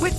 With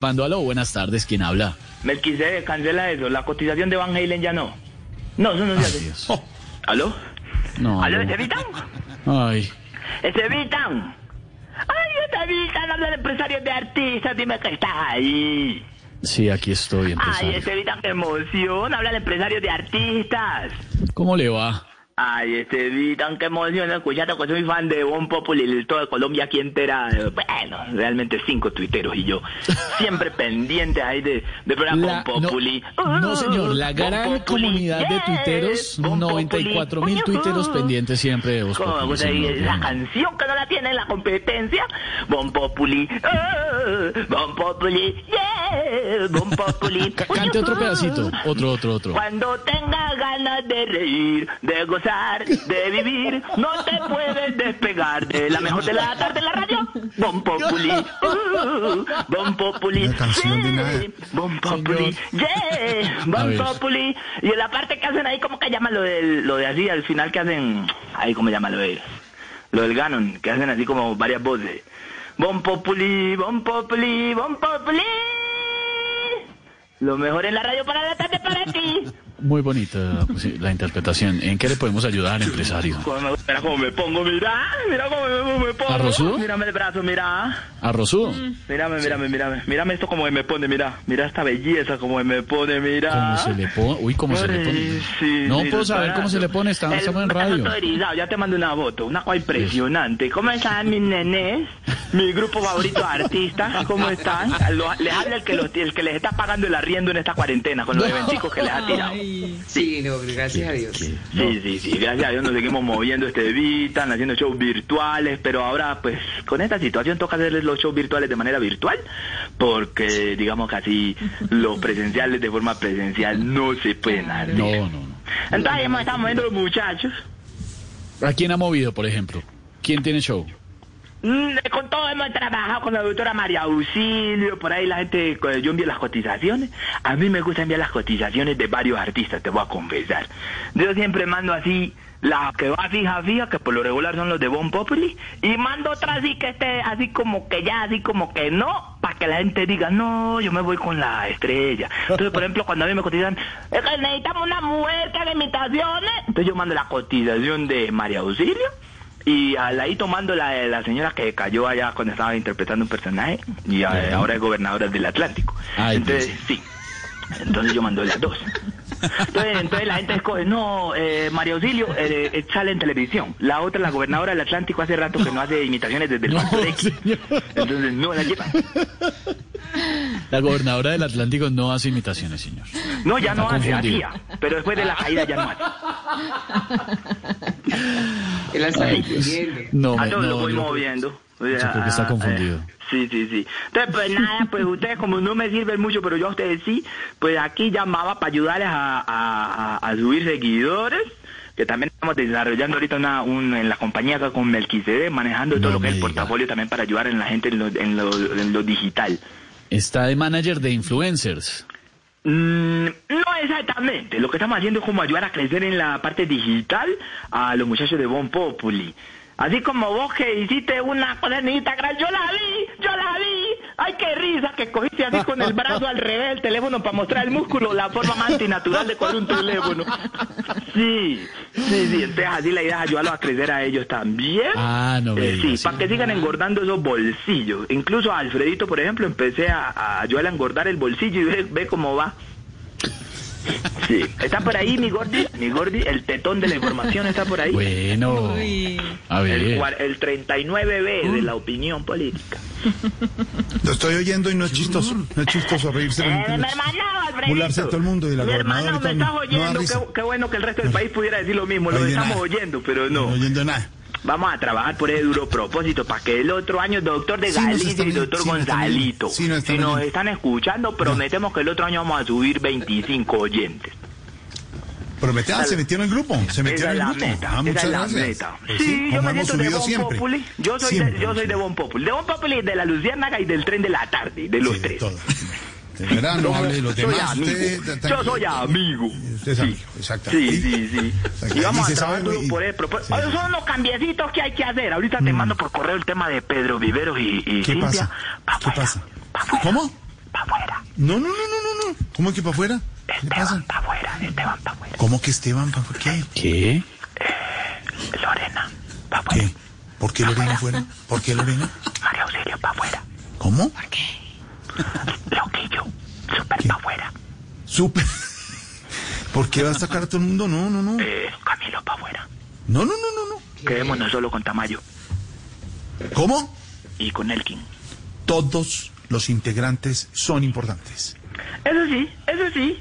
Mando aló, buenas tardes, ¿quién habla? Melquisedec, cancela eso. La cotización de Van Halen ya no. No, eso no se hace. Dios. ¿Aló? No. Oh. ¿Aló, aló. Estevitan? Ay, ¡Estevitan! ¡Ay, Estevitan! Habla de empresarios de artistas. Dime que estás ahí. sí, aquí estoy, Ay, empresario. Estevitan, qué emoción. Habla de empresarios de artistas. ¿Cómo le va? Ay, este, Estevitan, qué emoción. Escuchando que soy fan de Bon Populi y toda Colombia aquí entera. Bueno, realmente cinco tuiteros y yo. Siempre pendientes ahí de, de programa La- Bon Ah, Populi. no, no, señor, la Bon gran Populi, comunidad de yes, tuiteros, Bon Populi. 94 mil Ujú. tuiteros pendientes siempre de vos. ¿Cómo me gusta ahí la canción que no la tiene en la competencia? Bon Populi, ah, Bon Populi, yeah, Bon Populi. Cante otro pedacito, otro, otro, otro. Cuando tengas ganas de reír, de gozar, de vivir, no te puedes despegar de la mejor de la tarde en la radio. Bon Populi, uh, Bon Populi, Una canción de nada. Bon Populi, yeah, A Bon ver. Populi. Y en la parte que hacen ahí, ¿cómo que llaman lo, del, lo de así? Al final que hacen, ahí ¿cómo llaman lo de lo del Ganon, que hacen así como varias voces. Bon Populi, Bon Populi, Bon Populi. Lo mejor en la radio para la tarde para ti. Muy bonita pues, sí, la interpretación. ¿En qué le podemos ayudar, empresario? Como me- Mira cómo me pongo, mira, mira cómo me, me pongo. ¿Arrozudo? Mírame el brazo, mira. ¿Arrozú? Mírame, mírame, mírame. Mírame esto como me pone, mira. Mira esta belleza como me pone, mira. ¿Cómo se le pone? Uy, ¿cómo se le Ay, pone? Ah. Pues, sí, No sí, puedo los saber cómo se le pone, está- El- estamos en estás radio. autorizado, ya te mando una foto, una cosa impresionante. ¿Cómo están mis nenes? Mi grupo favorito de artistas, ¿cómo están? Lo- les habla el que, los- el que les está pagando el arriendo en esta cuarentena con los eventicos que les ha tirado. Sí, no, gracias a Dios. Sí, sí, sí, gracias a Dios nos seguimos moviendo este Vitan, haciendo shows virtuales, pero ahora pues con esta situación toca hacerles los shows virtuales de manera virtual, porque digamos que así los presenciales de forma presencial no se pueden hacer. No, no, no. Entonces hemos estado moviendo los muchachos, ¿A quién ha movido, por ejemplo? ¿Quién tiene show? Mm, con todo hemos trabajado con la doctora María Auxilio, por ahí la gente, eh, yo envío las cotizaciones, a mí me gusta enviar las cotizaciones de varios artistas, te voy a confesar. Yo siempre mando así, la que va fija, fija, que por lo regular son los de Bon Populi, y mando otra así que esté así como que ya, así como que no, para que la gente diga, no, yo me voy con la estrella. Entonces, por ejemplo, cuando a mí me cotizan, "Es que necesitamos una mujer que haga imitaciones, entonces yo mando la cotización de María Auxilio. Y al ahí tomando la de la señora que cayó allá cuando estaba interpretando un personaje y a- Ajá. ahora es gobernadora del Atlántico. Ay, entonces, sí. Entonces yo mando las dos. Entonces, entonces la gente escoge, no, eh, María Auxilio eh, eh, sale en televisión. La otra, la gobernadora del Atlántico, hace rato que no hace imitaciones desde el No, Factor X. señor. Entonces no la llevan. La gobernadora del Atlántico no hace imitaciones, señor. No, ya no Está hace, confundido. hacía. Pero después de la caída ya no hace. Él la está Ay, entendiendo. No, Ah, me- yo no, lo voy yo- moviendo. O yo sea, creo que está ah, confundido. eh, sí, sí, sí. Entonces, pues nada, pues ustedes como no me sirven mucho, pero yo a ustedes sí, pues aquí llamaba para ayudarles a, a- a- a subir seguidores, que también estamos desarrollando ahorita una, un- en la compañía acá con Melquisede, manejando No todo lo que me es el diga. portafolio también para ayudar en la gente en lo, en lo, en lo digital. Está de manager de influencers. Mm, no exactamente. Lo que estamos haciendo es como ayudar a crecer en la parte digital a los muchachos de Bon Populi. Así como vos que hiciste una cosa en Instagram, yo la vi, yo la vi. Ay, qué risa que cogiste así con el brazo al revés del teléfono para mostrar el músculo, la forma más antinatural de coger un teléfono. Sí, sí, sí. Entonces así la idea es ayudarlos a crecer a ellos también. Ah, no me Eh, sí, digas, sí. para que sigan engordando esos bolsillos. Incluso a Alfredito, por ejemplo, empecé a, a ayudarle a engordar el bolsillo y ve, ve cómo va. Sí, está por ahí mi gordi, mi gordi, el tetón de la información está por ahí. Bueno, a El, ver. cuar- el 39B de la opinión política. Lo estoy oyendo y no es chistoso. No es chistoso reírse. de Eh, mentiras. mi hermano, Alfredito. Burlarse de todo el mundo y la Mi hermano, gobernadora me ahorita estás no- no da oyendo. risa. qué, qué bueno que el resto del país pudiera decir lo mismo. No Lo oye estamos nada. oyendo, pero No no. oyendo nada. Vamos a trabajar por ese duro propósito para que el otro año doctor de Sí, nos Galicia están y oyendo, doctor sí, nos están Gonzalito, oyendo, sí, nos están si nos oyendo. están escuchando, prometemos que el otro año vamos a subir 25 oyentes. Promete, ah, se metió en el grupo. Se Esa metió en es el la grupo. meta. Ah, esa muchas es la gracias. meta. Pues sí, yo como me hemos siento de subido Bon siempre. Populi. Yo soy, Siempre de, yo hemos soy de subido. Bon Populi. De Bon Populi, de la Luciérnaga y del tren de la tarde, de los Sí, de tres. todo. De verdad, no hable de los soy demás. amigo. Usted, ta- ta- yo soy amigo. Usted es amigo, exacto. Sí, sí, sí. Exacto. Y vamos Y a se trabajar sabe, duro y- por el propósito. sí, Esos sí. son los cambiecitos que hay que hacer. Ahorita te mando por correo el tema de Pedro Viveros y, y ¿Qué Cintia. pasa? Pa' ¿Qué fuera, pasa? pa' fuera, ¿Cómo? Pa' afuera. No, no, no, no, no, no. ¿Cómo que para afuera? ¿Qué le Esteban, pasa? pa' afuera. Esteban, pa' afuera. ¿Cómo que Esteban? ¿Para qué? ¿Qué? Lorena, pa' afuera. ¿Qué? ¿Por qué Lorena fuera? ¿Por qué Lorena? María Auxilio, pa' afuera. ¿Cómo? Loquillo, súper pa' afuera. Súper. ¿Por qué va a sacar a todo el mundo? No, no, no. Eh, Camilo pa' afuera. No, no, no, no, no. Quedémonos solo con Tamayo ¿Cómo? y con Elkin. Todos los integrantes son importantes. Eso sí, eso sí.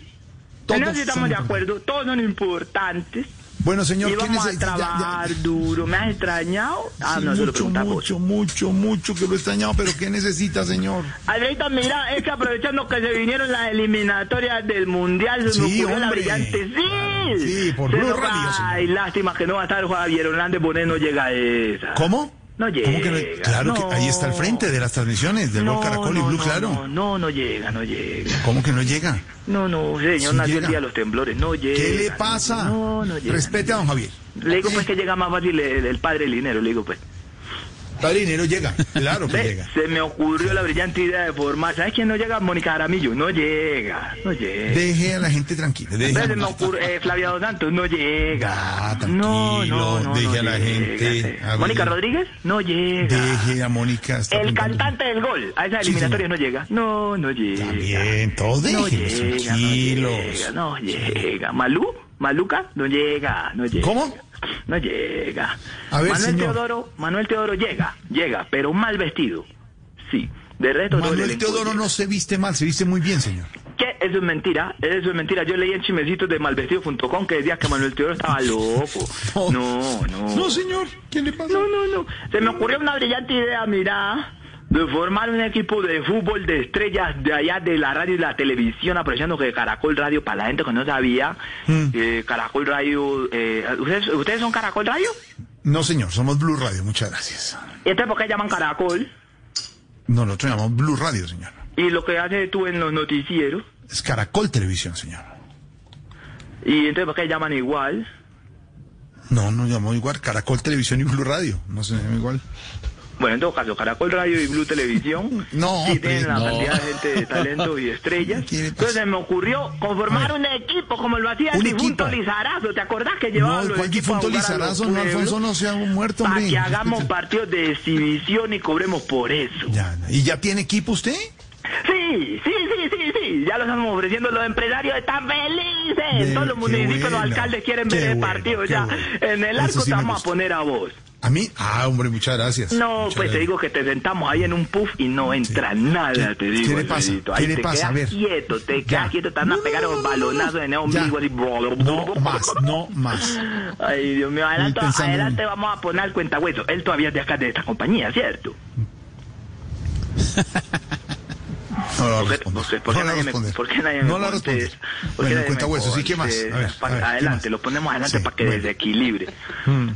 Todos En eso sí estamos son de acuerdo, todos son importantes. Bueno, señor, y ¿quién vamos es a el- ya- ya- trabajar duro. ¿Me has extrañado? Ah, Sí, no, se lo mucho, preguntas vos. mucho, mucho, mucho que lo he extrañado, pero ¿qué necesita, señor? Alberto, mira, es que aprovechando que se vinieron las eliminatorias del Mundial, se me Sí, ocurrió la hombre. brillante. Claro, ¡Sí! sí, por Se Blue nos- Radio, señor. Ay, lástima que no va a estar Javier Hernández Bonet, no llega a esa. ¿Cómo? No llega. ¿Cómo que no- no. Claro que ahí está al frente de las transmisiones del Gol Caracol y no, Blue, no, claro. No, no, no llega, no llega. ¿Cómo que no llega? No, no, señor, Sí nació el llega. día de los temblores, no llega. ¿Qué le no pasa? llega, No, no llega. Respete a don Javier. Le digo pues que llega más fácil el, el padre del dinero, le digo pues. Padre dinero llega, claro que Ve, llega. Se me ocurrió la brillante idea de formar, ¿sabes quién no llega? Mónica Aramillo, no llega, no llega. Deje a la gente tranquila. Deje Ve, a se me la- ocurre, eh, Flavia Dos Santos, no llega. Ah, no, tranquilo, no, no, deje no a la llega, gente, eh. a ver. Mónica Rodríguez, no llega. Deje a Mónica. está El pintando- cantante del gol, a esas Sí, eliminatorias no llega. No, no llega. También, todos No déjenlos llega, tranquilos. no llega, no llega. ¿Malú? ¿Maluca? No llega, no llega. ¿Cómo? No llega. A ver, Manuel señor. Teodoro, Manuel Teodoro llega, llega, pero mal vestido. Sí. De resto todo el Manuel elenco Teodoro llega. no se viste mal, se viste muy bien, señor. ¿Qué? Eso es mentira, eso es mentira. Yo leí en chimecitos de malvestido.com que decía que Manuel Teodoro estaba loco. No, no. No, señor. ¿Qué le pasa? No, no, no. Se me ocurrió una brillante idea, mira, de formar un equipo de fútbol de estrellas de allá de la radio y la televisión, aprovechando que Caracol Radio, para la gente que no sabía, eh, Caracol Radio, eh, ¿ustedes, ¿ustedes son Caracol Radio? No, señor. Somos Blue Radio. Muchas gracias. ¿Y entonces por qué llaman Caracol? No, nosotros llamamos Blue Radio, señor. Y lo que haces tú en los noticieros, Es Caracol Televisión, señor. y entonces por qué llaman igual. No, no llamó igual. Caracol Televisión y Blue Radio. No se llama igual. Bueno, en todo caso, Caracol Radio y Blue Televisión No, sí hombre, tienen la no. cantidad de gente de talento y de estrellas. ¿Qué le pasa? Entonces se me ocurrió conformar A ver. un equipo como lo hacía el ¿Un difunto equipo? Lizarazo. ¿Te acordás que No, llevaba los ¿cuál equipos a difunto jugar a los Lizarazo? No, pueblos? Alfonso no se ha muerto, Para hombre. que hagamos Respete. partidos de exhibición y cobremos por eso. Ya, ¿Y ya tiene equipo usted? Sí, sí, sí, sí, sí. Ya lo estamos ofreciendo. Los empresarios están felices. Bien, Todos los qué municipios, bueno, los alcaldes quieren qué ver el bueno, partido qué ya. bueno. En el Eso arco sí te me vamos a gusta. poner a vos. ¿A mí? Ah, hombre, muchas gracias. No, Muchas pues te gracias. digo que te sentamos ahí en un puff y no entra ¿Qué- nada, te qué digo. le pasa? Alfredito. ¿Qué Ahí le te pasa? quedas A ver. quieto, te Ya. quedas quieto, te van a No, pegar no, los no, no, no, balonazos en el ombligo Ya. así. No más, no más. Ay, Dios mío, adelante, Estoy pensando en- adelante vamos a poner cuenta hueso. Él todavía es de acá de esta compañía, ¿cierto? No la ¿Por qué- respondo. por qué- por qué No la nadie me- responde. por qué nadie me No la contesta? responde. ¿Por qué Bueno, nadie cuenta me huesos. ¿Y qué más? A contesta? ver, a Pa- ver, ¿qué adelante, más? lo ponemos adelante Sí, para que bueno. Mm. desequilibre.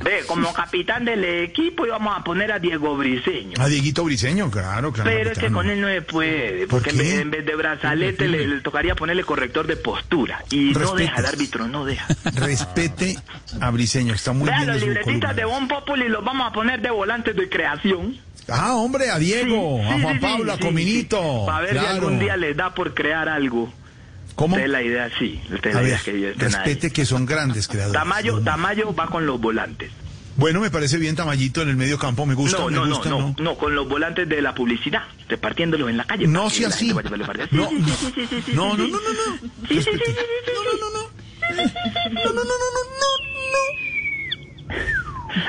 Ve, como capitán del equipo íbamos a poner a Diego Briseño. A Dieguito Briseño, claro, claro. Pero es que Ah, capitán. con él no se puede, ¿Por porque en qué? vez, en vez de brazalete le, le tocaría ponerle corrector de postura. Y no Respete. deja el árbitro, no deja. Respete a Briseño, está muy Vean bien. en los su columna. libretistas de Bon Populi los vamos a poner de volantes de creación. Ah, hombre, a Diego, a Juan Pablo, a Cominito. Para ver si claro. algún día les da por crear algo. ¿Cómo? Esta es la idea, sí. Esta es A la ver, idea que ellos estén ahí. respete que son grandes creadores. Tamayo, Tamayo va con los volantes. Bueno, me parece bien Tamayito en el medio campo, me gusta, No, me no, no, gusta, no, no, con los volantes de la publicidad, repartiéndolos en la calle. No para que sea la así. gente vaya a ver los partidos. No, Sí, sí, sí, sí, sí, sí, no, sí, no, sí. no, no, no. Sí, sí, sí, sí, sí, sí, Respete. sí. No, no, no, no, no, no, no,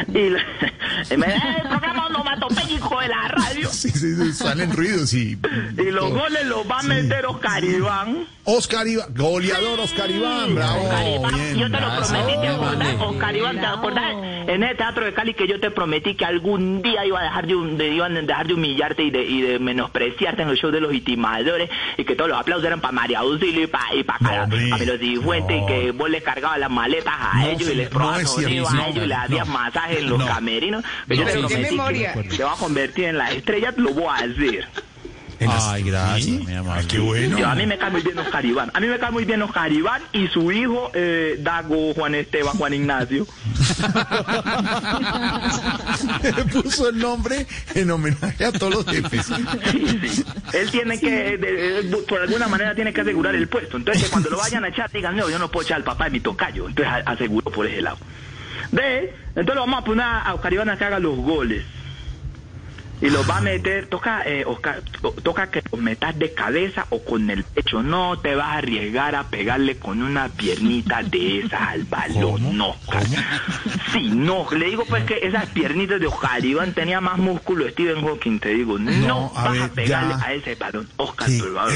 no, no. Y la- y me da el programa onomatopéyico de la radio. Sí, sí, sí, salen ruidos y. Y los goles los va a meter Oscar Iván. Oscar Iván, goleador Oscar Iván, bravo. Oscar Iván, bien, yo te lo gracias. prometí, te acordás, vale. Oscar Iván, te acordás en el Teatro de Cali que yo te prometí que algún día iba a dejar de, hum- de- iban a dejar de humillarte y de, y de menospreciarte en el show de los itimadores y que todos los aplausos eran para María Auxilio y para y pa, No, Cara- hombre, pa' Melody no. Fuente y que vos les cargabas las maletas a No, ellos y señor, les no probabas es cierto, sonido no, a ellos y les no. hacías masajes en los No. camerinos. Pero No, yo te pero qué prometí memoria. que te vas a convertir en la estrella, lo voy a decir. En las- Ay, gracias, Sí, mi amor. ay, qué bueno. Yo, a mí me cae muy bien Oscar Iván. A mí me cae muy bien Oscar Iván y su hijo, eh, Dago Juan Esteban, Juan Ignacio. Le puso el nombre en homenaje a todos los jefes. Sí, sí. Él tiene que, eh, de- eh, bu- por alguna manera, tiene que asegurar el puesto. Entonces, que cuando lo vayan a echar, digan, no, yo no puedo echar al papá de mi tocayo. Entonces, a- aseguro por ese lado. De, entonces lo vamos a poner a Oscar Iván a que haga los goles. Y los va a meter, toca, eh, Oscar, to- toca que los metas de cabeza o con el pecho. No te vas a arriesgar a pegarle con una piernita de esas al balón. No, Oscar. Sí, no. Le digo pues que esas piernitas de Oscar Iván tenía más músculo Stephen Hawking, te digo. No, No, a vas ver, a pegarle ya. a ese balón. Oscar, Sí. por favor.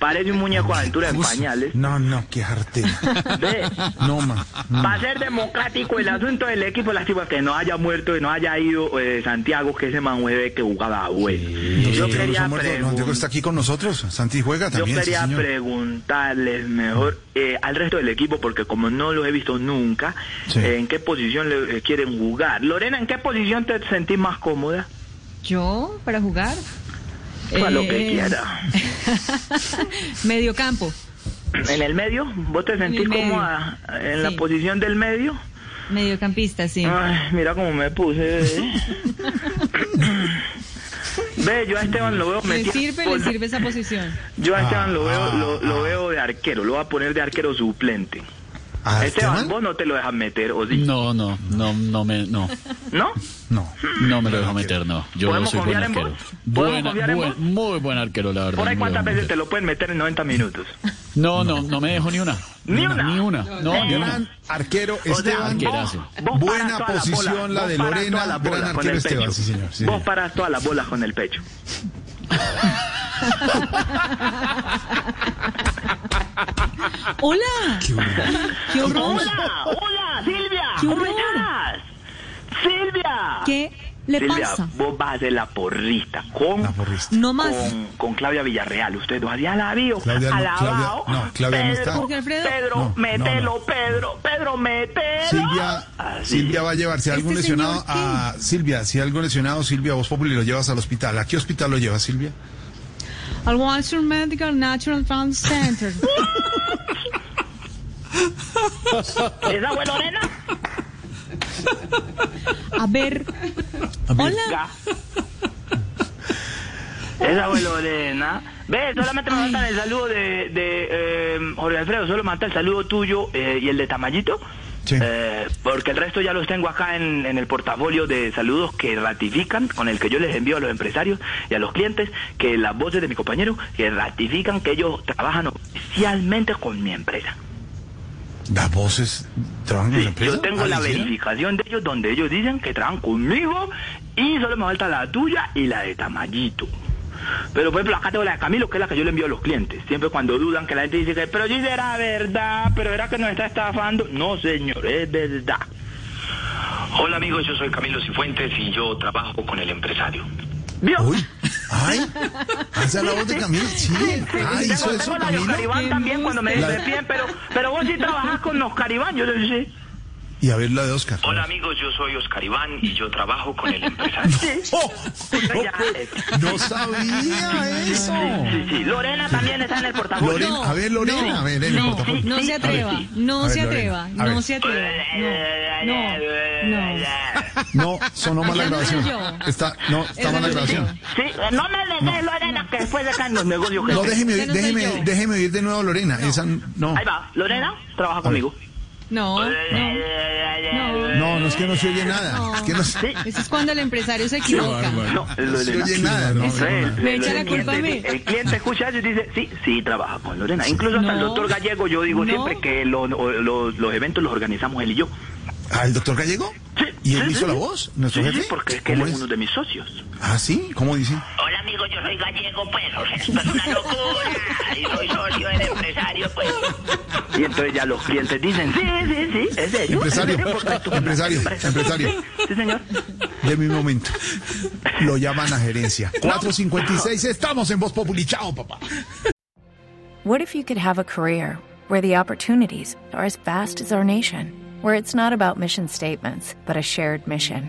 Parece un muñeco de aventura en Uf, pañales. No, no, qué jartera. Ve, No, ma. no. Va a ser democrático el asunento del equipo, lástima que no haya muerto y no haya ido eh, Santiago, que ese manjueve que jugaba bueno. Yo Santiago quería, está muerto, no, Santiago pregun- está aquí con nosotros. Santi juega yo también. sí, quería señor. preguntarles mejor eh, al resto del equipo, porque como no los he visto nunca, Sí. eh, ¿en qué posición le, eh, quieren jugar? Lorena, ¿en qué posición te sentís más cómoda? Yo, para jugar. Para lo eh, que eh, quiera. Medio campo. ¿En el medio? ¿Vos te sentís medio. cómoda en la Sí. posición del medio? Mediocampista, sí. Ay, mira cómo me puse. ve. Ve, yo a Esteban lo veo Le metido- sirve, le sirve esa posición. Yo a Esteban lo veo, Ah, lo, lo ah. veo de arquero, lo voy a poner de arquero suplente. ¿A Esteban, Esteban? vos no te lo dejas meter, ¿o sí? No, no, no, no me, no, ¿No? No. no me lo dejo meter, no. Yo ¿Podemos soy buen confiar en vos? arquero. ¿Podemos Buena, confiar en buen- vos? muy buen arquero, la verdad. ¿Por ahí no me lo cuántas dejo veces te meter. lo pueden meter en 90 minutos? No, no, no me dejo ni una. ¿Ni una? Ni una. No, ni Gran una. arquero O sea, Esteban. arquerazo. vos paras Buena toda la posición bola, la vos de paras Lorena, toda la gran bola con arquero el Esteban, pecho. sí, señor, sí, vos señor. paras todas las bolas con el pecho. ¡Hola! Qué bueno. ¡Qué horror! ¡Hola! ¡Hola, Silvia! ¡Qué ¿Cómo horror! estás? ¡Silvia! ¿Qué le Silvia, pasa? vos vas a ser la porrista con, La porrista. No más. con, con Claudia Villarreal. Usted dos ya la vio. Claudia no- alabado. Claudia- no, Claudia no Pedro, está. Jorge Alfredo. Pedro, No, no, mételo, no. Pedro, Pedro, mételo. Silvia, Así. Silvia va a llevar, si hay algún ¿Este señor lesionado, a Silvia, si hay algún lesionado, Silvia, vos Populi lo llevas al hospital. ¿A qué hospital lo llevas, Silvia? Al Washington Medical Natural Fund Center. ¿Esa fue Lorena? A ver. Hola. Ya. Esa fue Lorena. Ve, solamente me falta el saludo de, de eh, Jorge Alfredo, solo me falta el saludo tuyo eh, y el de Tamayito. Sí. Eh, porque el resto ya los tengo acá en, en el portafolio de saludos que ratifican, con el que yo les envío a los empresarios y a los clientes, que las voces de mi compañero, que ratifican que ellos trabajan oficialmente con mi empresa. Las voces trabajan en la empresa. Yo tengo Ah, la ¿le hicieron? verificación de ellos donde ellos dicen que trabajan conmigo y solo me falta la tuya y la de Tamayito. Pero por ejemplo acá tengo la de Camilo, que es la que yo le envío a los clientes. Siempre cuando dudan que la gente dice que, pero sí será verdad, pero era que nos está estafando. No señor, es verdad. Hola amigos, yo soy Camilo Cifuentes y yo trabajo con el empresario. ¿Vio? Uy, ay, ¿Ah, esa es la voz de Camilo. Sí, ay, hizo tengo, eso, tengo la de Camilo. Oscar Iván Qué también cuando me embuste. dice bien, pero, pero vos sí trabajás con Oscar Iván, yo le dije, Y a ver la de Oscar. Hola amigos, yo soy Oscar Iván y yo trabajo con el empresario. sí. Oh, no, Ya, eh, no sabía eso. sí, sí. Lorena también está en el portafolio. Lorena, a ver, Lorena, no, a ver, en el no, portafolio. No se atreva, A no ver, se Lorena, atreva, a no ver. se atreva. No, no, no. No, sonó mal la Esa no soy grabación. yo. Está, no, está Esa mal la no soy grabación. Sí, eh, no me le des, Lorena, que después dejan los negocios. No, jefe. déjeme, Esa no soy déjeme, yo. déjeme oír de nuevo a Lorena. Esa, no. Ahí va, Lorena, trabaja conmigo. No, no. No. No, no es que no se oye nada. Es que no se, Eso es cuando el empresario se equivoca. No, es no se Lorena. oye nada. No, Eso- no, no. Me echa la El culpa a cliente- mí. El cliente escucha eso y dice, sí, sí, trabaja con Lorena. Incluso hasta el No. doctor Gallego, yo digo No. siempre que lo- lo- los eventos los organizamos él y yo. ¿Al Ah, doctor Gallego? Sí, ¿Y él Sí, hizo sí. la voz? ¿Nuestro Sí, jefe? sí, porque es que él ¿Cómo es es? uno de mis socios. Ah, sí, ¿cómo dice? Hola amigo, yo soy gallego, pues, o sea, esto es una locura. Y soy socio del empresario, pues. Y entonces ya los clientes dicen, sí, sí, sí, es serio. Empresario, es serio, porque tú- empresario, empresario. Sí, señor. De mi momento. Lo llaman a gerencia. 456, estamos en Voz Populi. Chao, papá. What if you could have a career where the opportunities are as vast as our nation, where it's not about mission statements, but a shared mission?